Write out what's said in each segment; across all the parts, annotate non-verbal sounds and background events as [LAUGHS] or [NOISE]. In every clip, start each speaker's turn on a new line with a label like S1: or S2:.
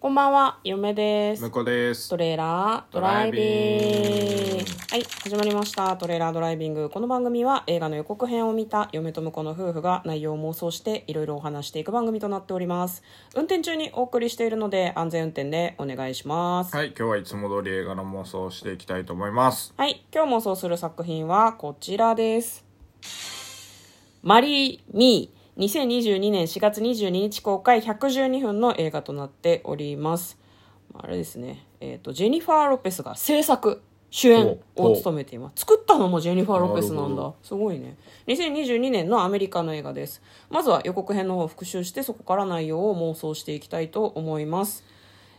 S1: こんばんは、嫁です
S2: 向。こうです
S1: トレーラードライビン
S2: ドライビン
S1: グ
S2: グ。
S1: はい、始まりました。トレーラードライビング。この番組は映画の予告編を見た嫁と婿の夫婦が内容を妄想していろいろお話していく番組となっております。運転中にお送りしているので安全運転でお願いします。
S2: はい今日はいつも通り映画の妄想をしていきたいと思います
S1: はい、今日妄想する作品はこちらです。マリー・ミー、2022年4月22日公開112分の映画となっております。あれですね、えっ、と、ジェニファー・ロペスが制作、主演
S2: お
S1: を
S2: お
S1: 務めています。作ったのもジェニファー・ロペスな
S2: なる
S1: ん
S2: ほ
S1: だ
S2: ど。
S1: すごいね。2022年のアメリカの映画です。まずは予告編の方を復習して、そこから内容を妄想していきたいと思います。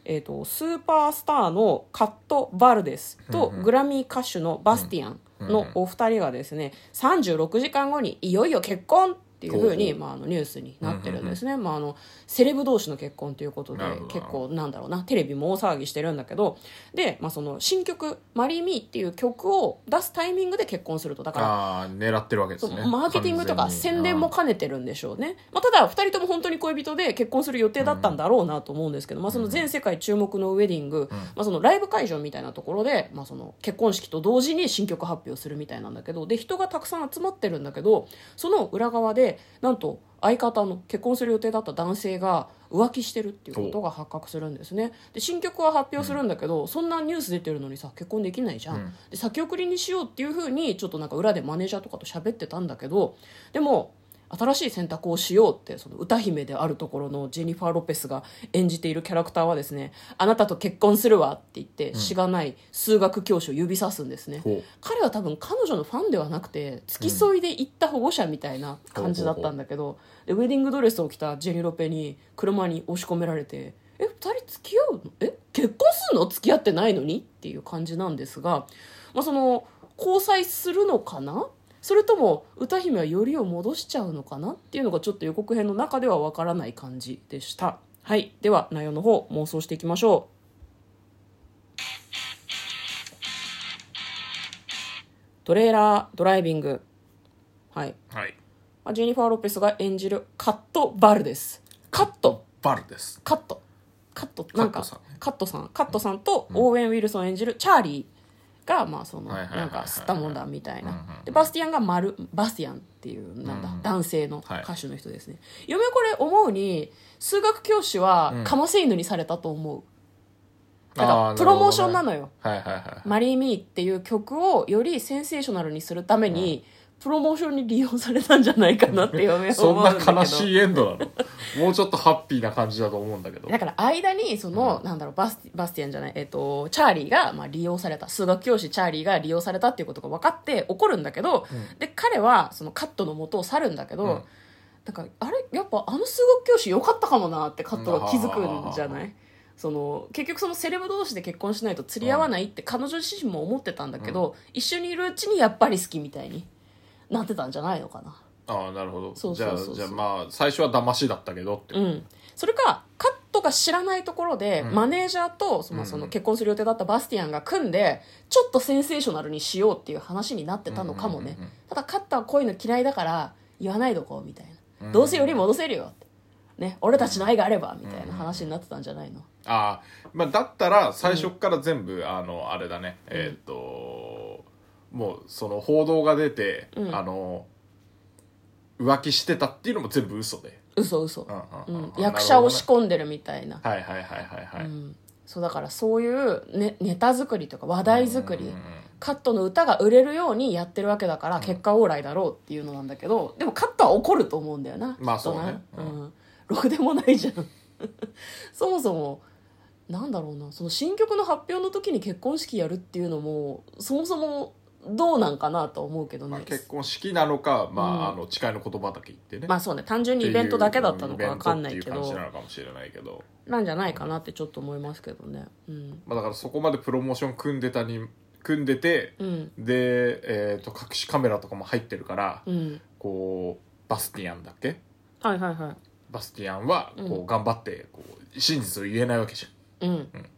S1: えー、とスーパースターのカット・バルデスとグラミー歌手のバスティアンのお二人がですね36時間後にいよいよ結婚っていうふうに、
S2: ほう
S1: まあ、あのニュースになってるんですね、まあ、あのセレブ同士の結婚ということで
S2: なるほど
S1: 結構なんだろうなテレビも大騒ぎしてるんだけどで、まあ、その新曲「マリー・ミー」っていう曲を出すタイミングで結婚するとだから
S2: ああー狙ってるわけです
S1: そう
S2: ね
S1: マーケティングとか
S2: 完全に
S1: 宣伝も兼ねてるんでしょうね、まあ、ただ2人とも本当に恋人で結婚する予定だったんだろうなと思うんですけど、まあ、その全世界注目のウェディング、まあ、そのライブ会場みたいなところで、まあ、その結婚式と同時に新曲発表するみたいなんだけどで人がたくさん集まってるんだけどその裏側でなんと相方の結婚する予定だった男性が浮気してるっていうことが発覚するんですねで新曲は発表するんだけど、そんなニュース出てるのにさ結婚できないじゃん、
S2: うん
S1: で先送りにしようっていうふうにちょっとなんか裏でマネージャーとかと喋ってたんだけどでも新しい選択をしようってその歌姫であるところのジェニファー・ロペスが演じているキャラクターはですね「あなたと結婚するわ」って言ってしがない数学教師を指さすんですね、
S2: ほう
S1: 彼は多分彼女のファンではなくて付き添いで行った保護者みたいな感じだったんだけど、でウェディングドレスを着たジェニロペに車に押し込められて「え二人付き合うのえ結婚すんの付き合ってないのに?」っていう感じなんですが、まあ、その交際するのかなそれとも歌姫はよりを戻しちゃうのかなっていうのがちょっと予告編の中ではわからない感じでした。はい、では内容の方妄想していきましょう。トレーラードライビング、はい
S2: はい
S1: まあジェニファー・ロペスが演じるカット・バルですカット
S2: バルです
S1: カットカットなんか
S2: カットさん
S1: カットさんカットさんとオーウェン・ウィルソン演じるチャーリーがまあその
S2: はいはいはい
S1: なん
S2: はい
S1: か吸ったもんだみたい
S2: うんうん
S1: な
S2: うん
S1: でバスティアンがマルバスティアンっていうなんだ
S2: うんうん
S1: 男性の
S2: はい
S1: 歌手の人ですね嫁これ思うに数学教師は
S2: うん
S1: カマセイヌにされたと思うだ
S2: あ
S1: から
S2: ー
S1: プロモーションな
S2: る
S1: のよ
S2: ほどねはいはいはい
S1: マリー・ミーっていう曲をよりセンセーショナルにするために、プロモーションに利用されたんじゃないかなって嫁は
S2: そ
S1: 思
S2: ん
S1: うんだけど。
S2: な悲しいエンドなの
S1: [LAUGHS]
S2: もうちょっとハッピーな感じだと思うんだけど
S1: だから間にその、なんだろうバスバスティアンじゃない、えっとチャーリーがまあ利用された数学教師チャーリーが利用されたっていうことが分かって怒るんだけど、で彼はそのカットの元を去るんだけど、
S2: うん
S1: だからあれやっぱあの数学教師良かったかもなってカットが気づくんじゃない、その結局そのセレブ同士で結婚しないと釣り合わないって彼女自身も思ってたんだけど、一緒にいるうちにやっぱり好きみたいになってたんじゃないのかな。
S2: ああなるほど
S1: そう
S2: じ
S1: そうそ
S2: ゃ
S1: う
S2: あ
S1: そう
S2: じゃあまあ最初は騙しだったけどって
S1: うん、それかカットが知らないところで、
S2: うん
S1: マネージャーとその
S2: うん
S1: その結婚する予定だったバスティアンが組んでちょっとセンセーショナルにしようっていう話になってたのかもね、
S2: うんうんうんうん
S1: ただカットはこういうの嫌いだから言わないどこうみたいな、
S2: うん
S1: どうせより戻せるよって、ね、俺たちの愛があればみたいな話になってたんじゃないの、
S2: ああまあだったら最初から全部、あのあれだねえーっ、ともうその報道が出て、
S1: うん
S2: あの浮気してたっていうのも全部嘘で、
S1: 嘘嘘
S2: うん、
S1: う
S2: うんんうん
S1: 役者を仕
S2: なる
S1: 込んでるみたいな
S2: ほどねはいはいはいはいはい、
S1: うん、そうだからそういう、ね、ネタ作りとか話題作り、
S2: うんうんうん
S1: カットの歌が売れるようにやってるわけだから結果オーライだろうっていうのなんだけど、でもカットは怒ると思うんだよな
S2: まあ
S1: きっとな
S2: そうね
S1: う
S2: うんん
S1: ろくでもないじゃん [LAUGHS] そもそもなんだろうなその新曲の発表の時に結婚式やるっていうのもそもそもどうなんかなとは思うけどね、
S2: まあ、結婚式なのか、まあ
S1: うん
S2: あの誓いの言葉だけ言ってね、
S1: まあそうね単純にイベントだけだったのか
S2: わ
S1: わかんないけ
S2: 感じな
S1: ど
S2: のかもしれないけど、
S1: なんじゃないかなってちょっと思いますけどねうん、
S2: まあ、だからそこまでプロモーション組んでたに組んでて、
S1: うん
S2: で、えー、と隠しカメラとかも入ってるから、
S1: うん、
S2: こうバスティアンだっけ
S1: はいはいは
S2: バスティアンはこ
S1: う
S2: う頑張ってこう真実を言えないわけじ
S1: いうん
S2: ゃん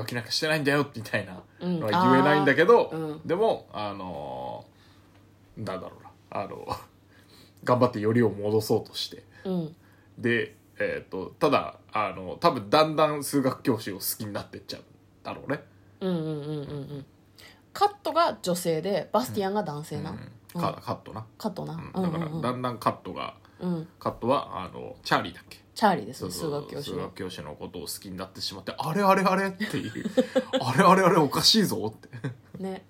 S2: 浮気なんかしてないんだよみたいな
S1: うん
S2: のは言えないんだけど、
S1: あーうん
S2: でもあのー [LAUGHS] なんだろうなあの頑張ってよりを戻そうとして
S1: うん
S2: で、えー、とただあの多分だんだん数学教師を好きになってっちゃうんだろうね、
S1: うんうんうんうんうんカットが女性でバスティアンが男性な、
S2: うんかカットな、
S1: カットな、
S2: うん
S1: うんう
S2: だから
S1: ん
S2: だんだんカットが
S1: うんうん
S2: カットはあのチャーリーだっけ
S1: チャーリーです
S2: そ
S1: ね
S2: うそ
S1: 数学教師
S2: う数
S1: の
S2: 学教師のことを好きになってしまってあれあれあれっていう [LAUGHS] あれあれあれおかしいぞって
S1: ね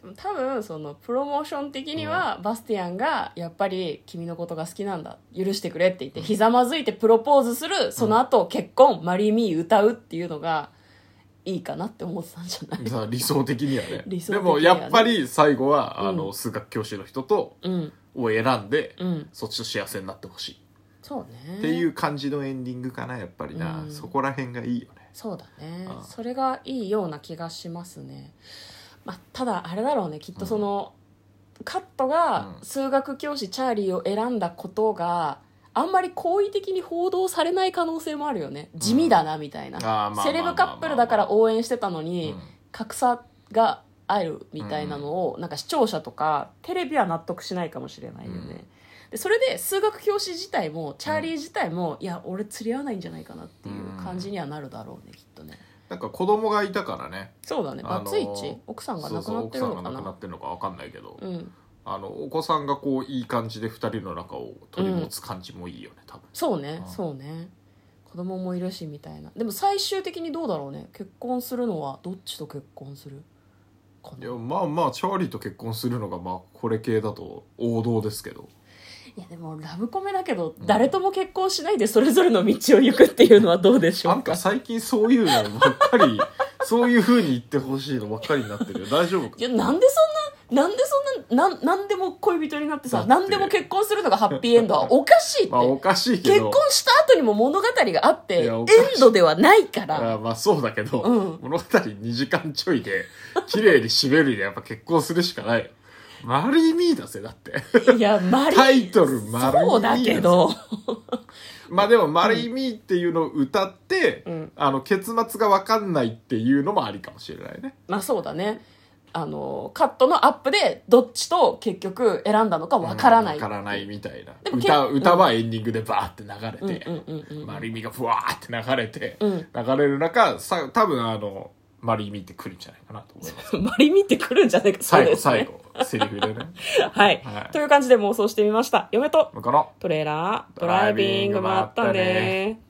S1: でも多分そのプロモーション的にはバスティアンがやっぱり君のことが好きなんだ許してくれって言ってひざまずいてプロポーズするその後結婚「マリー・ミー」歌うっていうのがいいかなって思ってたんじゃない
S2: さ理想的にはね
S1: 理想的に
S2: で
S1: はね
S2: もやっぱり最後は、
S1: うん
S2: あの数学教師の人と
S1: うん
S2: を選んで、
S1: うん
S2: そっちと幸せになってほしい
S1: そうね
S2: っていう感じのエンディングかなやっぱりな、
S1: うん
S2: そこら辺がいいよね
S1: そうだね
S2: ああ
S1: それがいいような気がしますね、まあ、ただあれだろうねきっとその、カットが
S2: うん
S1: 数学教師チャーリーを選んだことがあんまり好意的に報道されない可能性もあるよね地味だなみたい
S2: あーまあ
S1: な
S2: まあ
S1: セレブカップルだから応援してたのに、
S2: うん
S1: 格差があるみたいなのを、なんか視聴者とかテレビは納得しないかもしれないよね、
S2: うん
S1: でそれで数学教師自体もチャーリー自体も、いや俺釣り合わないんじゃないかなっていう感じにはなるだろうねきっとね
S2: なんか子供がいたからね
S1: そうだねバ
S2: あの
S1: ツイチ奥さんが
S2: そ
S1: 亡
S2: う
S1: く
S2: そ
S1: な
S2: う
S1: って
S2: 奥
S1: る
S2: さん
S1: のか
S2: が亡
S1: な
S2: くなってるのか分かんないけど、
S1: うん
S2: あのお子さんがこういい感じで2人の仲を取り持つ感じもいいよね、多分
S1: そうね
S2: あ
S1: そうね子供もいるしみたいなでも最終的にどうだろうね結婚するのはどっちと結婚するかない
S2: やまあまあチャーリーと結婚するのがまあこれ系だと王道ですけど
S1: いやでもラブコメだけど誰とも結婚しないでそれぞれの道を行くっていうのはどうでしょ
S2: あ
S1: うんか
S2: た最近そういうのばっかりそういう風に言ってほしいのばっかりになってるよ大丈夫か
S1: いやなんでそんななんでそんななんなんでも恋人になってさ
S2: だって
S1: なんでも結婚するのがハッピーエンド
S2: [LAUGHS]
S1: はおかしいって、
S2: まあおかしいけど
S1: 結婚した後にも物語があって
S2: い
S1: エ
S2: や
S1: ン
S2: おかしい
S1: ドではないから
S2: あまあそうだけど、
S1: うん
S2: 物語2時間ちょいで綺麗に締めるにはやっぱ結婚するしかないよマリーミーだぜだって
S1: いやマリー
S2: タイトルマリーミー
S1: そうだけど
S2: まあでも「マリー・ミー」っていうのを歌って、
S1: うん
S2: あの結末が分かんないっていうのもありかもしれないね
S1: まあそうだねあのカットのアップでどっちと結局選んだのかわからない、
S2: 分からないみたいな
S1: でもけ
S2: 歌歌はエンディングでバーって流れて、
S1: うんうんうんうん
S2: マリー・ミーがブワーって流れて、
S1: うん
S2: 流れる中さ多分あのマリー・ミーって来るんじゃないかなと思
S1: [LAUGHS]
S2: います
S1: マリーミーってくるんじゃないか
S2: 最後、
S1: そうで
S2: 最
S1: すね
S2: 後セリフでね
S1: はい、
S2: はい
S1: という感じで妄想してみました嫁と
S2: だから
S1: トレーラードライビングもあったね